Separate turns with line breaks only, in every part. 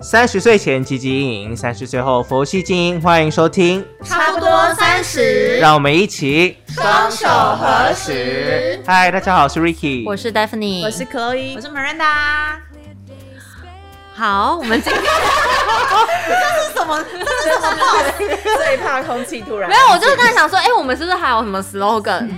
三十岁前积极经营，三十岁后佛系经营。欢迎收听，
差不多三十，
让我们一起
双手合十。
嗨，大家好，我是 Ricky，
我是 Daphne，
我是 Chloe，
我是 Miranda。
好，我们今天
这是什么？
最怕空气突然
没有，我就是刚才想说，哎、我们是不是还有什么 slogan？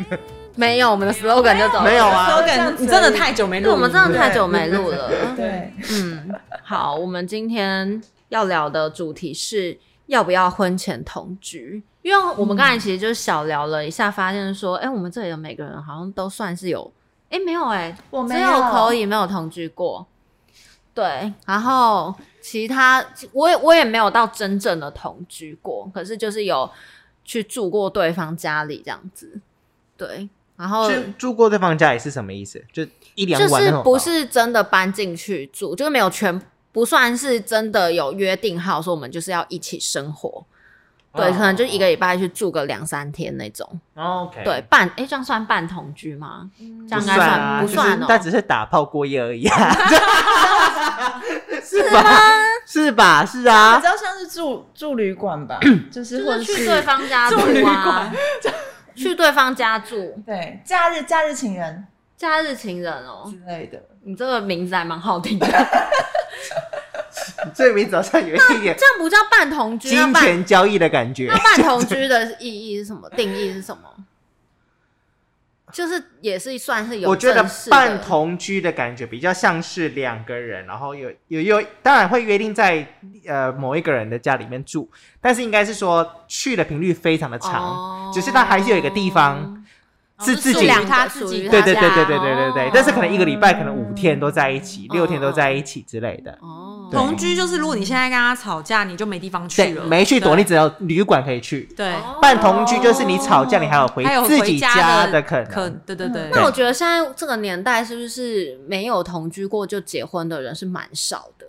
没有，我们的 slogan 就走了
没有啊
slogan，你真的太久没
因为
录，
我们真的太久没录了。
对，
嗯，好，我们今天要聊的主题是要不要婚前同居，因为我们刚才其实就是小聊了一下，发现说，哎、我们这里的每个人好像都算是有，哎、没有、哎，
我
只有口以没有同居过。对，然后其他我也我也没有到真正的同居过，可是就是有去住过对方家里这样子。对，然后
住住过对方家里是什么意思？就一两
就
晚那
是
种吗？
不是真的搬进去住，就是没有全不算是真的有约定好说我们就是要一起生活。对，
哦
可能就一个礼拜去住个两三天那种。
哦 OK，
对，，半哎、这样算半同居吗？这
不
样应该
算啊，
不算
就是
哦。
但只是打炮过夜而已啊， 是吧？是吧？是
比
啊，
较像是住住旅馆吧，就
就
是或
是
者
去对方家住
住旅
啊
馆，
去对方家住，
对假日假日情人
假日情人哦
之。类的，
你这个名字还蛮好 听的，这
这名字好像有一 点
样不叫半同居，那
金
半
钱交易的感觉
那。半同居的意义是什么？定义是什么？就是也是算是有，
我觉得半，同居的感觉比较像是两个人，然后有有有，当然会约定在呃某一个人的家里面住，但是应该是说去的频率非常的长，
哦
只是它还是有一个地方是自己
两
他自
属于
己的
对
他
对对
家
对对对对对，
哦
但是可能一个礼拜可能五天都在一起，六天都在一起之类的。
哦，
对
同居就是，如果你现在跟他吵架，你就没地方
对
去，了，
没去躲，你
哦对
只有旅馆可以去。
对，
哦
半同居就是你吵架，你还有回
还有
自
回
己
家
的可
哦可
能。
对对对。
那我觉得现在这个年代是不是没有同居过就结婚的人是蛮少的？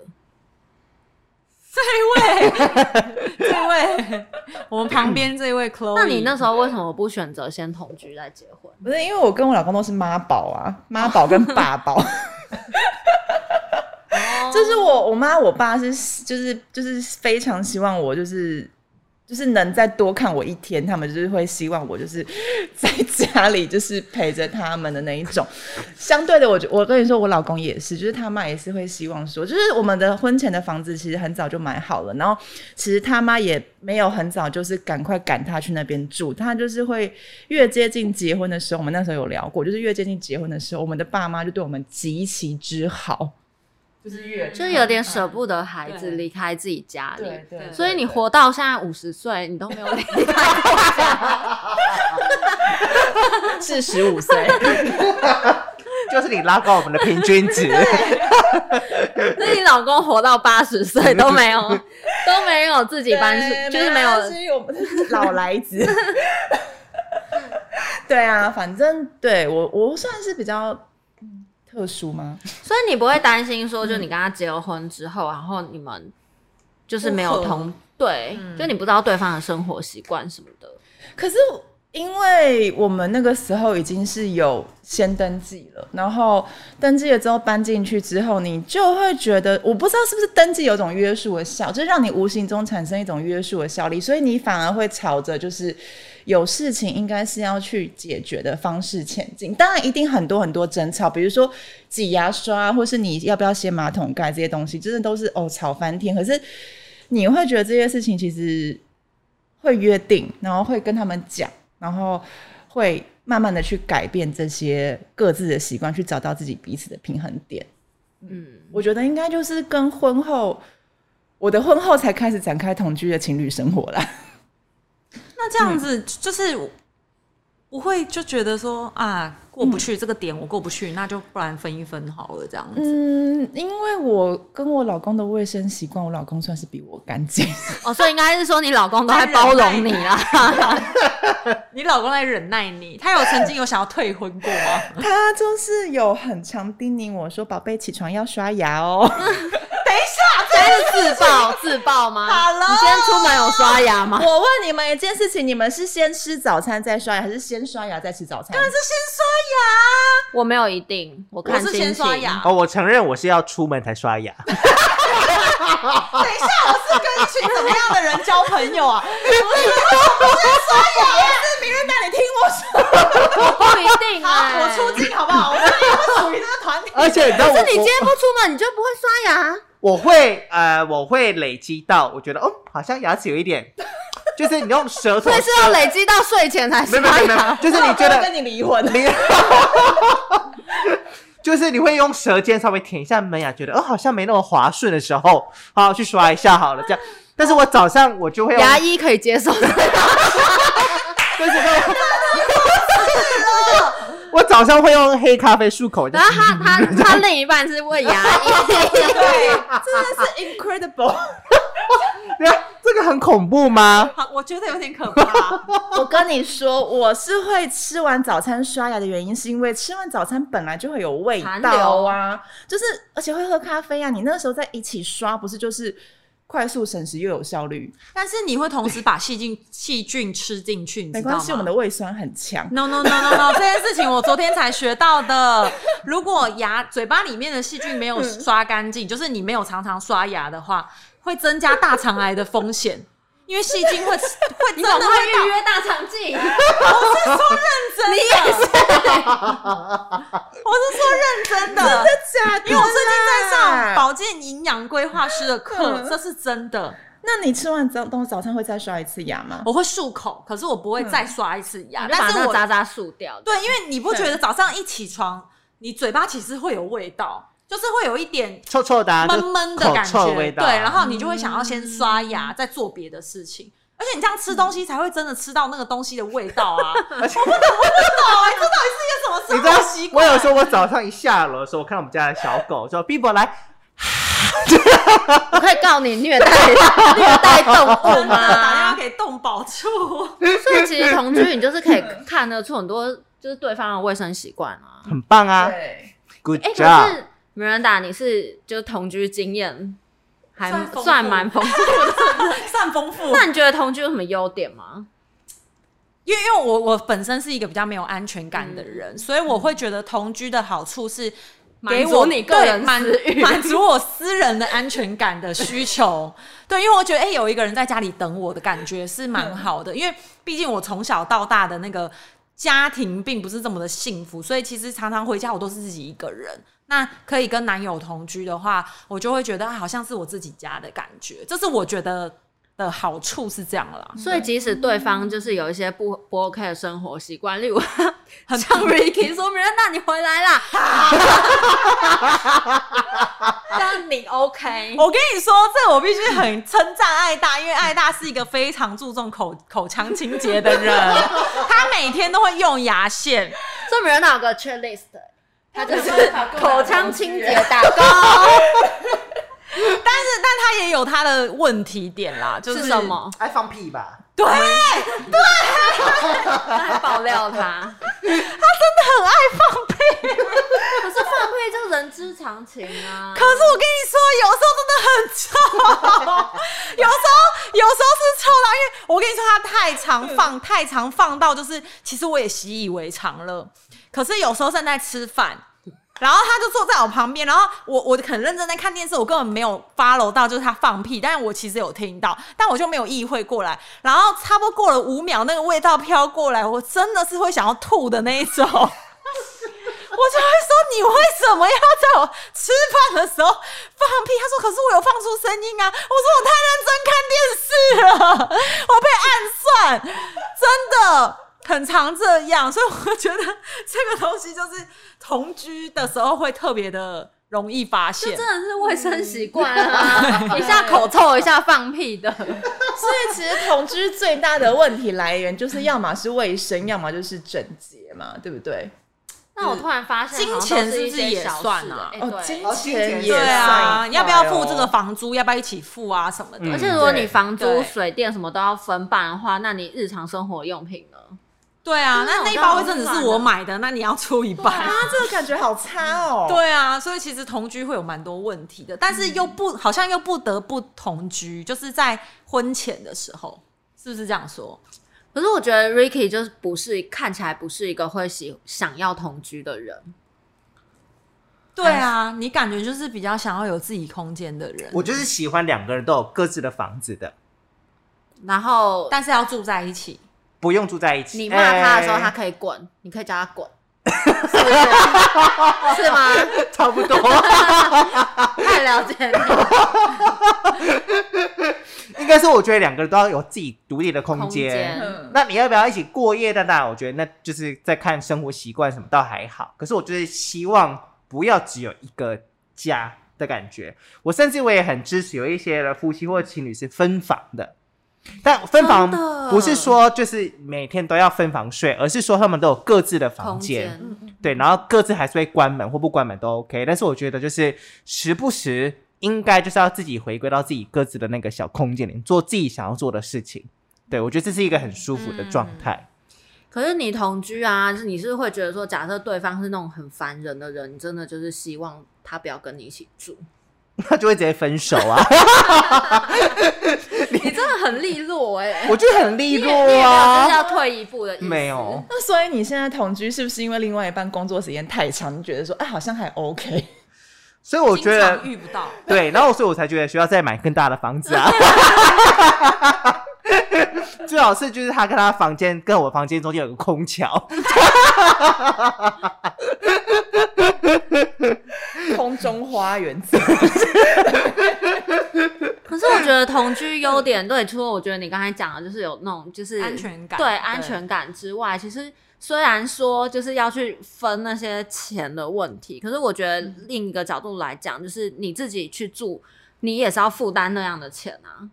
这位，我们旁边这位 Chloe，
那你那时候为什么不选择先同居再结婚？
不是因为我跟我老公都是妈宝啊，妈宝跟爸宝， 就是我我妈我爸是就是就是非常希望我就是。就是能再多看我一天，他们就是会希望我就是在家里就是陪着他们的那一种。 相对的，我就我跟你说，我老公也是，就是他妈也是会希望说，就是我们的婚前的房子其实很早就买好了，然后其实他妈也没有很早就是赶快赶他去那边住，他就是会越接近结婚的时候，我们那时候有聊过，就是越接近结婚的时候，我们的爸妈就对我们极其之好，就是越
就是有点舍不得孩子
对
离开自己家里，
嗯对对，
所以你活到现在五十岁，你都没有 离开。
是十五岁，
就是你拉高我们的平均值，
那你老公活到八十岁都没 有，都没有自己搬出，就是没有。
所以我们 老来子。对啊，反正对我我算是比较嗯特殊吗？
所以你不会担心说，
嗯
就你跟他结了婚之后，然后你们就是没有同对，
嗯
就你不知道对方的生活习惯什么的。
可是因为我们那个时候已经是有先登记了，然后登记了之后搬进去之后，你就会觉得，我不知道是不是登记有种约束的效，就是让你无形中产生一种约束的效力，所以你反而会朝着就是有事情应该是要去解决的方式前进。当然，一定很多很多争吵，比如说挤牙刷，或是你要不要掀马桶盖这些东西，真的都是哦吵翻天。可是你会觉得这些事情其实会约定，然后会跟他们讲，然后会慢慢的去改变这些各自的习惯，去找到自己彼此的平衡点。
嗯，
我觉得应该就是跟婚后，我的婚后才开始展开同居的情侣生活啦。
那这样
嗯
子就是我我会就觉得说啊，过不去这个点我过不去，那就不然分一分好了这样子。
嗯，因为我跟我老公的卫生习惯，我老公算是比我干净。
哦，所以应该是说你老公都
哎
在包容你啦。
你老公在忍耐你，他有曾经有想要退婚过 吗？
他就是有很常叮咛我说：“宝贝，起床要刷牙哦。
真是自爆自爆吗？
好了
你今天出门有刷牙”吗？
我问你们一件事情：你们是先吃早餐再刷牙，还是先刷牙再吃早餐？
这先刷
我没有一定，我看
我是
心
先刷
情
牙
哦，我承认我是要出门才刷牙，
等一下，我是跟一群怎么样的人交朋友啊？
是名人大，你听我说，
不一定啊、
我 出镜好不好？我自己不属于这个团体。
而且你知道
可
哎我
是你今
我
天不出门，你就不会刷牙。
我会呃我会累积到，我觉得哦好像牙齿有一点，就是你用舌头
所以是要累积到睡前才
没
刷
有没有没有没
牙
有，，就是你觉
我要
得
跟你离婚，
你， 就是你会用舌尖稍微舔一下门牙，觉得哦好像没那么滑顺的时候，好去刷一下好了这样。但是我早上我就会用，
牙医可以 接受的。
就是用我早上会用黑咖啡漱口，这
然
样
后他他他另一半是问牙 医，
对，真的是 incredible。
啊
这个很恐怖吗？
好，我觉得有点可 怕。
我跟你说，我是会吃完早餐刷牙的原因，是因为吃完早餐本来就会有味道啊，就是而且会喝咖啡啊。你那个时候在一起刷，不是就是快速省时又有效率？
但是你会同时把细菌细菌吃进去，你
没
知道
关
吗？
系，我们的胃酸很强。
No no no no no，这件事情我昨天才学到的。如果牙嘴巴里面的细菌没有刷干净，就是你没有常常刷牙的话，会增加大肠癌的风险。因为细菌会会真的会到
约大肠 镜？
真的，我是说认真的，欸
假的？
因为我最近在上保健营养规划师的课，
嗯
这是真的。
那你吃完早东早餐会再刷一次牙
哦
吗？
我会漱口，可是我不会再刷一次
把
牙，但嗯是
那
我
渣渣漱掉。
对，因为你不觉得早上一起床，你嘴巴其实会有味道，就是会有一点
臭臭的、啊，
闷闷的
口
感
臭
觉，
的味道啊，
对，然后你就会想要先刷牙，再做别的事情。而且你这样吃东西才会真的吃到那个东西的味道 啊！我不懂，我不懂哎、这到底是
你知
一个什么
道
生活习，
我
惯？
有时候我早上一下楼的时候，我看到我们家的小狗说 b i b o 来，
我可以告你虐待 虐待动物
真的啊打电话
吗？
给动保 处，
所以其实同居你就是可以看得出很多就是对方的卫生习惯啊。
很棒啊
对，
，Good
哎、可
job，
是米兰达，你是就是同居经验还
算丰富
算蛮丰富的，
算丰富。
那你觉得同居有什么优点吗？
因为因为我我本身是一个比较没有安全感的人，所以我会觉得同居的好处是给
满足
我
你个人
对满
私欲
满 足我私人的安全感的需求。对，因为我觉得哎、诶有一个人在家里等我的感觉是
嗯
蛮好的，因为毕竟我从小到大的那个家庭并不是这么的幸福，所以其实常常回家我都是自己一个人。那可以跟男友同居的话，我就会觉得啊，好像是我自己家的感觉，这是我觉得的好处是这样啦。
所以即使对方就是有一些不不 OK 的生活习惯，例 如
很
像 Ricky 说：“明天那你回来 啦。”但你 OK，
我跟你说，这我必须很称赞艾大，因为艾大是一个非常注重口口腔清洁的 人，他每天都会用牙线。
所以明天那有个 checklist，他就是
没有办法跟我
口
们
腔清洁打勾。
但是，但他也有他的问题点啦，就是
什？么？
还放屁吧？
对，他
他还爆料他，
很爱放屁。
可是放屁就人之常情啊。
可是我跟你说，有时候真的很臭，有时候有时候是臭到，因为我跟你说，他太常放，太常放到，就是其实我也习以为常了。可是有时候正在吃饭。然后他就坐在我旁边，然后我我很认真在看电视，我根本没有 follow 到，就是他放屁，但是我其实有听到，但我就没有意会过来。然后差不多过了五秒，那个味道飘过来，我真的是会想要吐的那一种。我就会说你为什么要在我吃饭的时候放屁？他说可是我有放出声音啊。我说我太认真看电视了，我被暗算，真的很常这样。所以我觉得这个东西就是同居的时候会特别的容易发
这
现，
真的是卫生习惯啊！ 一下口臭，一下放屁的，
所以其实同居最大的问题来源就是要么是卫生，要么就是整洁嘛，对不对？
那我突然发现，
金钱是不是也算啊
哎
哦，
对
金，
哦金钱
钱也
对啊，
算一
要不要
块
付这个
哦
房租？要不要一起付啊什么的？
嗯
而且如果你
对
房租、
对
水电什么都要分半的话，那你日常生活用品呢？
对啊，那
真的
那一
我
包
刚
卫
刚
生纸
乱
是
了
我买的，那你要出一半。
啊，这个感觉好差哦。
对啊，所以其实同居会有蛮多问题的，但是又不好像又不得不同居，就是在婚前的时候，是不是这样说？
可是我觉得 Ricky 就是不是看起来不是一个会喜想要同居的人，
对啊，你感觉就是比较想要有自己空间的人，
我就是喜欢两个人都有各自的房子的，
然后
但是要住在一起。
不用住在一起。
你骂他的时候，
哎
他可以滚，你可以叫他 滚，是不是是吗？
哎 差不 多，
太了解你了，
应该是我觉得两个人都要有自己独立的空
间
间。
嗯，
那你要不要一起过夜的呢？我觉得那就是在看生活习惯什么倒还好，可是我就是希望不要只有一个家的感觉。我甚至我也很支持有一些的夫妻或情侣是分房的，但分房
真的
不是说就是每天都要分房睡，而是说他们都有各自的房
空
间。
间。
嗯
对，然后各自还是会关门或不关门都 OK，但是我觉得就是时不时应该就是要自己回归到自己各自的那个小空间里，做自己想要做的事情。对我觉得这是一个很舒服的
嗯
状态。
可是你同居啊，就是你是会觉得说，假设对方是那种很烦人的人，你真的就是希望他不要跟你一起住，
他就会直接分手啊！
你真的很利落哎、
我觉得很利落
你也没有就是
啊
要，退一步的意思，
没有，
那所以你现在同居是不是因为另外一半工作时间太长，你觉得说哎好像还 OK？
所以我觉
经
得
常遇不到，
对，然后所以我才觉得需要再买更大的房子啊。 最好是就是他跟他房间跟我房间中间有个空桥，
空中花园子，
可是我觉得同居优点，对，除了我觉得你刚才讲的，就是有那种就是
安全感
对
对
安全感之外，其实虽然说就是要去分那些钱的问题，可是我觉得另一个角度来讲，就是你自己去住，你也是要负担那样的钱啊。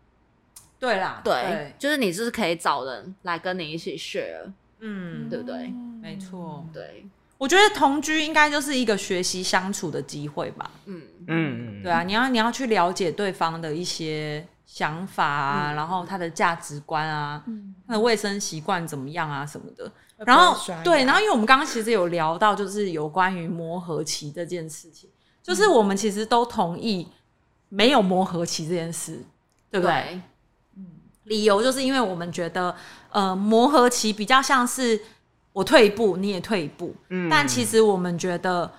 对啦，
对，，就是你就是可以找人来跟你一起 share，
嗯，
对不对？
没错。
对，
嗯我觉得同居应该就是一个学习相处的机会吧。
嗯，
嗯，
对啊，你要你要去了解对方的一些想法啊，然后他的价值观啊，他的卫生习惯怎么样啊什么的。然后对，然后因为我们刚刚其实有聊到，就是有关于磨合期这件事情，就是我们其实都同意没有磨合期这件事，对不对？
对，
理由就是因为我们觉得，呃，磨合期比较像是我退一步，你也退一步，
嗯
但其实我们觉得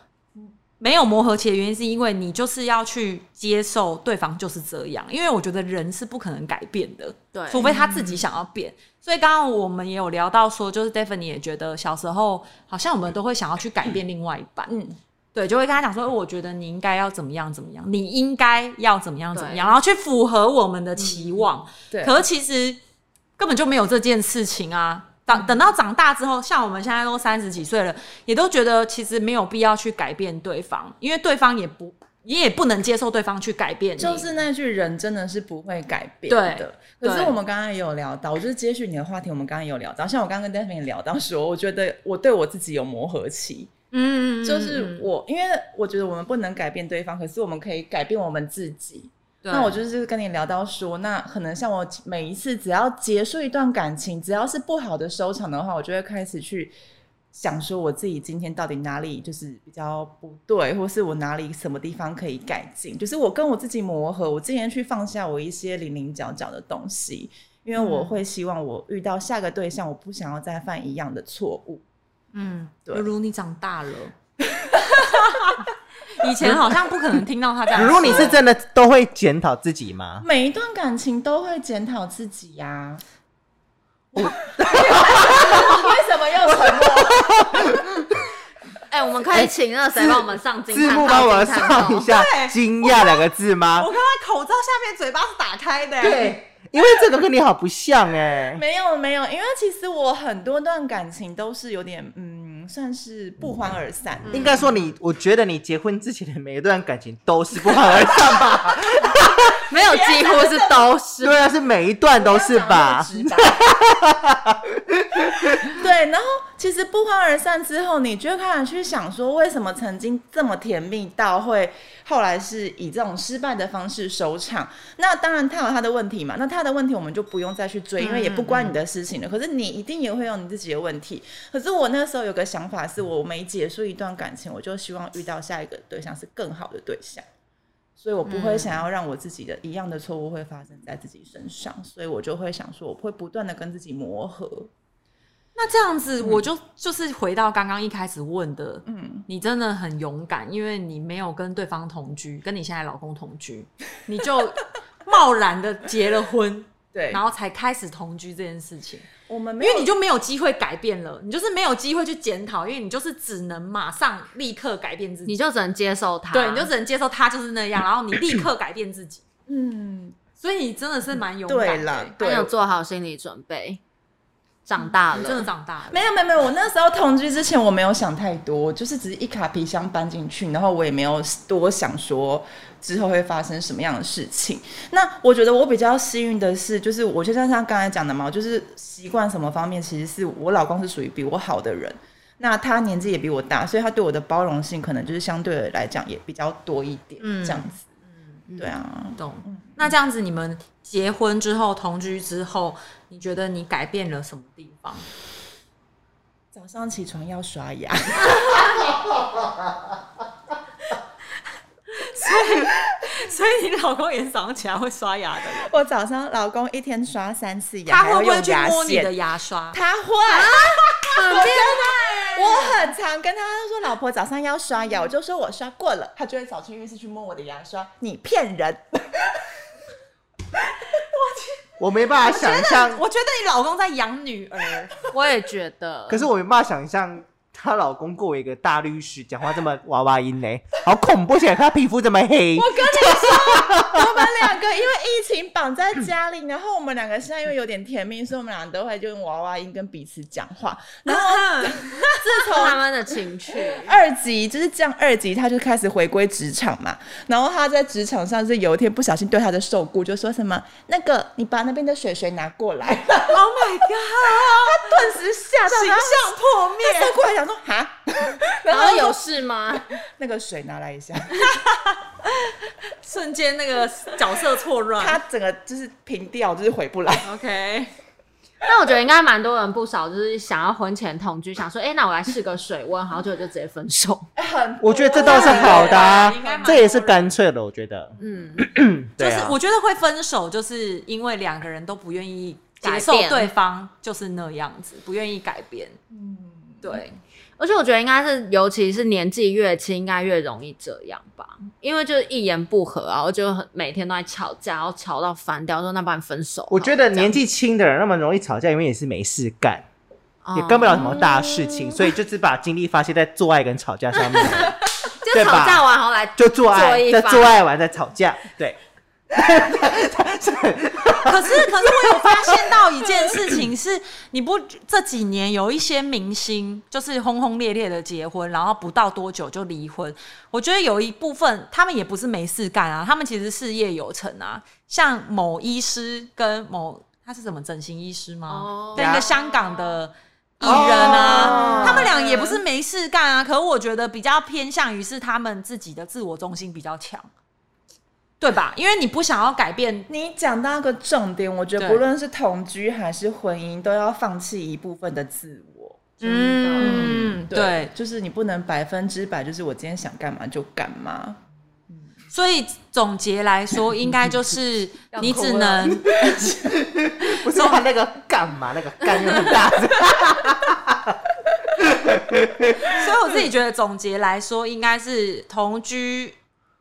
没有磨合期的原因，是因为你就是要去接受对方就是这样，因为我觉得人是不可能改变的，
对
除非他自己想要变。所以刚刚我们也有聊到说，就是 Stephanie 也觉得小时候好像我们都会想要去改变另外一半，
嗯，
对，就会跟他讲说，哦我觉得你应该要怎么样怎么样，你应该要怎么样怎么样，
对
然后去符合我们的期望。
嗯对，
可是其实根本就没有这件事情啊。
嗯
等等到长大之后，像我们现在都三十几岁了，也都觉得其实没有必要去改变对方，因为对方也不，你也不能接受对方去改变你。
就是那句人真的是不会改变的。
对
可是
对
我们刚刚也有聊到，我就是接续你的话题，我们刚刚也有聊到，像我刚刚跟 Daphne 聊到说，我觉得我对我自己有磨合期，
嗯，嗯，嗯
就是我，因为我觉得我们不能改变对方，可是我们可以改变我们自己。
对
那我就是跟你聊到说，那可能像我每一次只要结束一段感情，只要是不好的收场的话，我就会开始去想说我自己今天到底哪里就是比较不对，或是我哪里什么地方可以改进，就是我跟我自己磨合，我今天去放下我一些零零角角的东西，因为我会希望我遇到下个对象，我不想要再犯一样的错误。
嗯，
对
如如你长大了，以前好像不可能听到他这样
嗯
说。
如果你是真的都会检讨自己吗？
每一段感情都会检讨自己呀、 为什么要沉默？
哎、我们可以请那个谁帮我 们上金
字
叹
幕
号
帮我
金哦叹
上
号
一下
对
“惊讶”两个字吗
我？看他口罩下面嘴巴是打开的、
对， 因为这个跟你好不像哎、
欸 没有没有，因为其实我很多段感情都是有点嗯，算是不欢而散。
应该说你，我觉得你结婚之前的每一段感情都是不欢而散吧？
没有，几乎是都是。
对啊，是每一段都是吧？
不要讲那么直白 对，然后其实不欢而散之后，你就会开始去想说，为什么曾经这么甜蜜到会后来是以这种失败的方式收场？那当然他有他的问题嘛，那他的问题我们就不用再去
嗯
追，因为也不关你的事情了。可是你一定也会有你自己的问题。可是我那时候有个想法是，我每结束一段感情，我就希望遇到下一个对象是更好的对象。所以我不会想
嗯
要让我自己的一样的错误会发生在自己身上，所以我就会想说，我会不断的跟自己磨合。
那这样子，我就、就是回到刚刚一开始问的，
嗯，
你真的很勇敢，因为你没有跟对方同居，跟你现在老公同居，你就贸然的结了婚，
对
然后才开始同居这件事情，
我们
因
没有，
为你就没有机会改变了，你就是没有机会去检讨，因为你就是只能马上立刻改变自己，
你就只能接受他，
对，你就只能接受他就是那样，然后你立刻改变自己，
嗯，
所以你真的是蛮勇敢欸的、
对啦，
没
对
有。做好心理准备，长大
你
了，
真的长大了，
没有没有没有，我那时候同居之前我没有想太多，我就是只是一卡皮箱搬进去，然后我也没有多想说之后会发生什么样的事情。那我觉得我比较幸运的是，就是我就像像刚才讲的嘛，我就是习惯什么方面，其实是我老公是属于比我好的人，那他年纪也比我大，所以他对我的包容性可能就是相对的来讲也比较多一点，
嗯
这样子。对啊，
懂。那这样子，你们结婚之后、同居之后，你觉得你改变了什么地 方？
早上起床要刷牙，
所以你老公也是早上起来会刷牙的人，
我早上老公一天刷三次 牙，
他
还要
会不会
用
去
牙
摸你
线
的牙刷？
他会， 很变态。我很常跟他说，老婆早上要刷牙，我就说我刷过了，他就会找去浴室去摸我的牙刷，你骗 人！
我没办法想象，
我觉得你老公在养女儿，
我也觉得，
可是我没办法想象她老公作为一个大律师，讲话这么娃娃音呢、好恐怖！而且她皮肤这么黑，
我跟你说，我们两个因为疫情绑在家里，然后我们两个现在因为有点甜蜜，所以我们两个都会就用娃娃音跟彼此讲话。 然后
自从他们的情趣，
二级就是这样，二级他就开始回归职场嘛。然后他在职场上是有一天不小心对他的受雇，就说什么那个你把那边的水水拿过来，啊
Oh my god！
顿时吓到
形
他。
象破灭，
他过来想说 哈，然
然
后
后
有
有事吗？
那个水拿来一下，
瞬间那个角色错
他
乱。
整个就是平掉，就是回不来。
OK，
那我觉得应该蛮多人不少，就是想要婚前同居，想说，哎、那我来试个水温，好久就直接分手。
哎
我觉得这倒是好的、啊
应该蛮，
这也是干脆的，我觉得。
嗯，
就
对
是
啊，
我觉得会分手，就是因为两个人都不愿意接受
改变
对方就是那样子，不愿意改变。嗯，对，
而且我觉得应该是，尤其是年纪越轻，应该越容易这样吧，因为就是一言不合啊，我就很每天都在吵架，然后吵到翻掉，说那不然分手好了。
我觉得
这样
年纪轻的人那么容易吵架，因为也是没事干，也干不
哦
了什么大事情，所以就只把精力发泄在做爱跟吵架上面，
就
对
吵
吧
架完后来
就做爱，
做一
在
番
做爱完再吵架，对。
可是，可是我有发现到一件事情是，你不这几年有一些明星就是轰轰烈烈的结婚，然后不到多久就离婚。我觉得有一部分他们也不是没事干啊，他们其实事业有成啊。像某医师跟某他是什么整形医师吗
哦？
跟一个香港的艺人
哦
啊他们俩也不是没事干啊。可是我觉得比较偏向于是他们自己的自我中心比较强，对吧？因为你不想要改变
你讲到一个重点，我觉得
对
不论是同居还是婚姻，都要放弃一部分的自我。
嗯，对，
就是你不能百分之百，就是我今天想干嘛就干嘛。
所以总结来说，应该就是
要
你
哭
只
了
能
不是他那个干嘛？那个干又很大声。
所以我自己觉得，总结来说，应该是同居，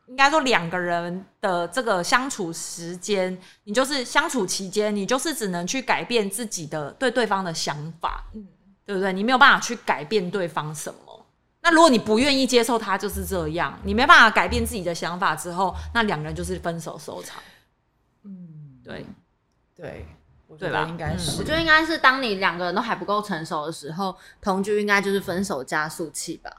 应该说两个人的这个相处时间，你就是相处期间，你就是只能去改变自己的对对方的想法，嗯，对不对？你没有办法去改变对方什么。那如果你不愿意接受他就是这样，你没办法改变自己的想法之后，那两个人就是分手收场。嗯，对，
对，我觉
对
得
吧嗯
应该是。
我觉得应该是当你两个人都还不够成熟的时候，同居应该就是分手加速器吧。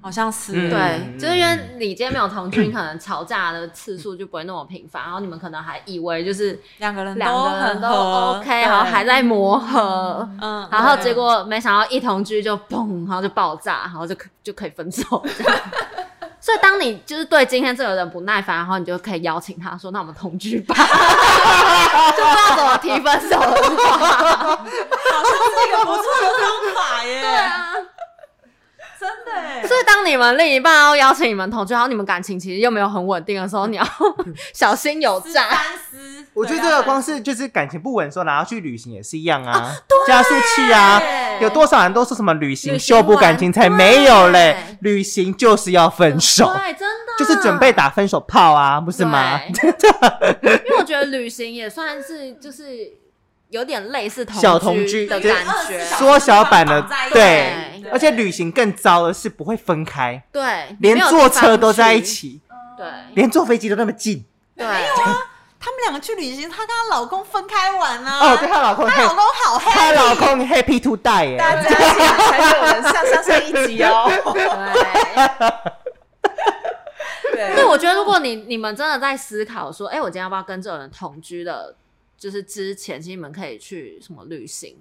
好像是、
嗯
对，就是因为你今天没有同居，你可能吵架的次数就不会那么频繁，然后你们可能还以为就是
两个人
两
都
个人
很
都
合
OK，然后还在磨合，
嗯，
然后
对
结果没想到一同居就砰，然后就爆炸，然后就可就可以分手。这样 所以当你就是对今天这个人不耐烦，然后你就可以邀请他说：“那我们同居 吧。”就不知道怎么提分手了。
好像是一个不错的方法 耶，
对啊。
真的耶。
所以，当你们另一半要邀请你们同居，然后你们感情其实又没有很稳定的时候，你要小心有
是
诈。
三思，
我觉得这个
啊
光是就是感情不稳的时候，然后去旅行也是一样啊，加速器啊，有多少人都说什么旅行
旅行
修补感情才没有嘞
完，
旅行就是要分手，
对，真的
就是准备打分手炮啊，不是吗？
对因为我觉得旅行也算是就是有点类似同
小同居
的
就是
感觉，
说缩小版的
对
而且旅行更糟的是不会分开，
对，
连
没有
坐
地方
车都在一
去，
起，
对
连哎啊坐飞机都那么近。
对，
他们两个去旅行，她跟她老公分开玩啊。
哦，对，她老公，
她老公好黑，
她老公 happy to die 耶，
大家才有人上上上一集哦。
对，
对
对，我觉得如果你你们真的在思考说，哎、我今天要不要跟这种人同居的，就是之前，其实你们可以去什么旅行，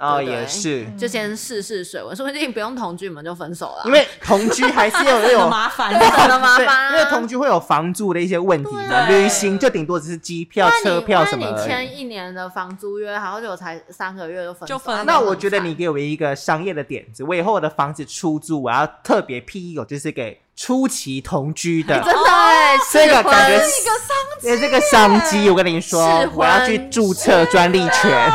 哦，
对不对
也是，
就先试试水温，说不定不用同居，你们就分手了啊。
因为同居还是有有
很麻烦。
省了麻
对，
烦，啊
因为同居会有房租的一些问题嘛，
对
旅行就顶多只是机票
那、你
车票什么
那你
而已。
签一年的房租约，好久才三个月就分手
就分了
那我觉得你给我一个商业的点子，我以后我的房子出租，我要特别批一个，就是给初期同居的，
真的哎、
这个
试婚
感觉
一个商
因为这个商机，我跟你说
试，婚
我要去注册专利权。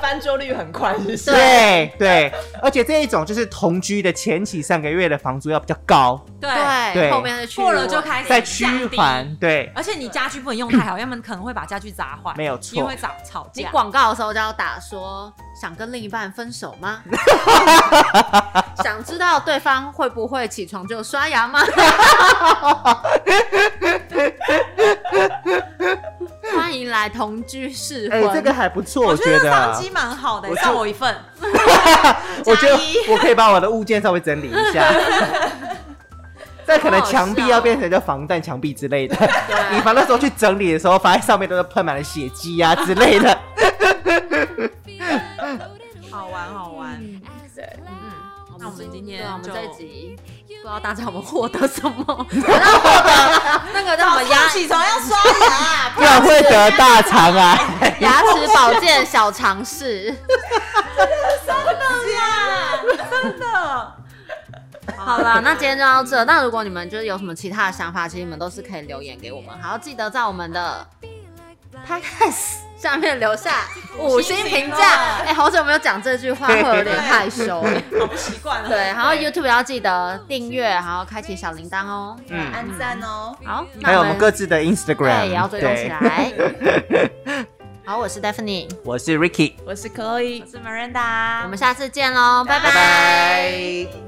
翻桌率很快，是不是？
对对，而且这一种就是同居的前期三个月的房租要比较高，
对，
对
后面的去
过了就开始
在趋
降低
缓，对，
而且你家具不能用太好，要么可能会把家具砸坏，
没有错
因为吵吵
你
架。
广告的时候就要打说想跟另一半分手 吗？想知道对方会不会起床就刷牙 吗？欢迎来同居试
哎
婚。，
这个还不错，
我
我
觉
觉
得
得
商
啊。
机蛮好的
我，觉得
让我一份。
我觉得
加一
我可以把我的物件稍微整理一下。 但可能墙壁要变成叫防弹墙壁之类的，以防那时候去整理的时候，发现上面都是喷满了血迹啊之类 的。
好玩好玩，
嗯
那我们今天
对啊我们
就
这一集不知道大家我们获得什么， 然后获得 那个叫什么
早
牙
上起床要刷牙，
不然会得大肠 癌。
牙齿保健小常 识。
真的。
好了，那今天就到这。那如果你们就是有什么其他的想法，其实你们都是可以留言给我们。好，记得在我们的 podcast 下面留下五星评价。哎、好久没有讲这句话，会有点害 羞。
好不 习惯了。
对，然后 YouTube 也要记得订阅，然后开启小铃铛哦。
嗯，
按赞哦，
好，那
还有我们各自的 Instagram，
对也要追踪起来。好，我是 Stephanie，
对我是 Ricky，
我是 Chloe
我。是 Miranda，
我们下次见喽，拜
拜拜。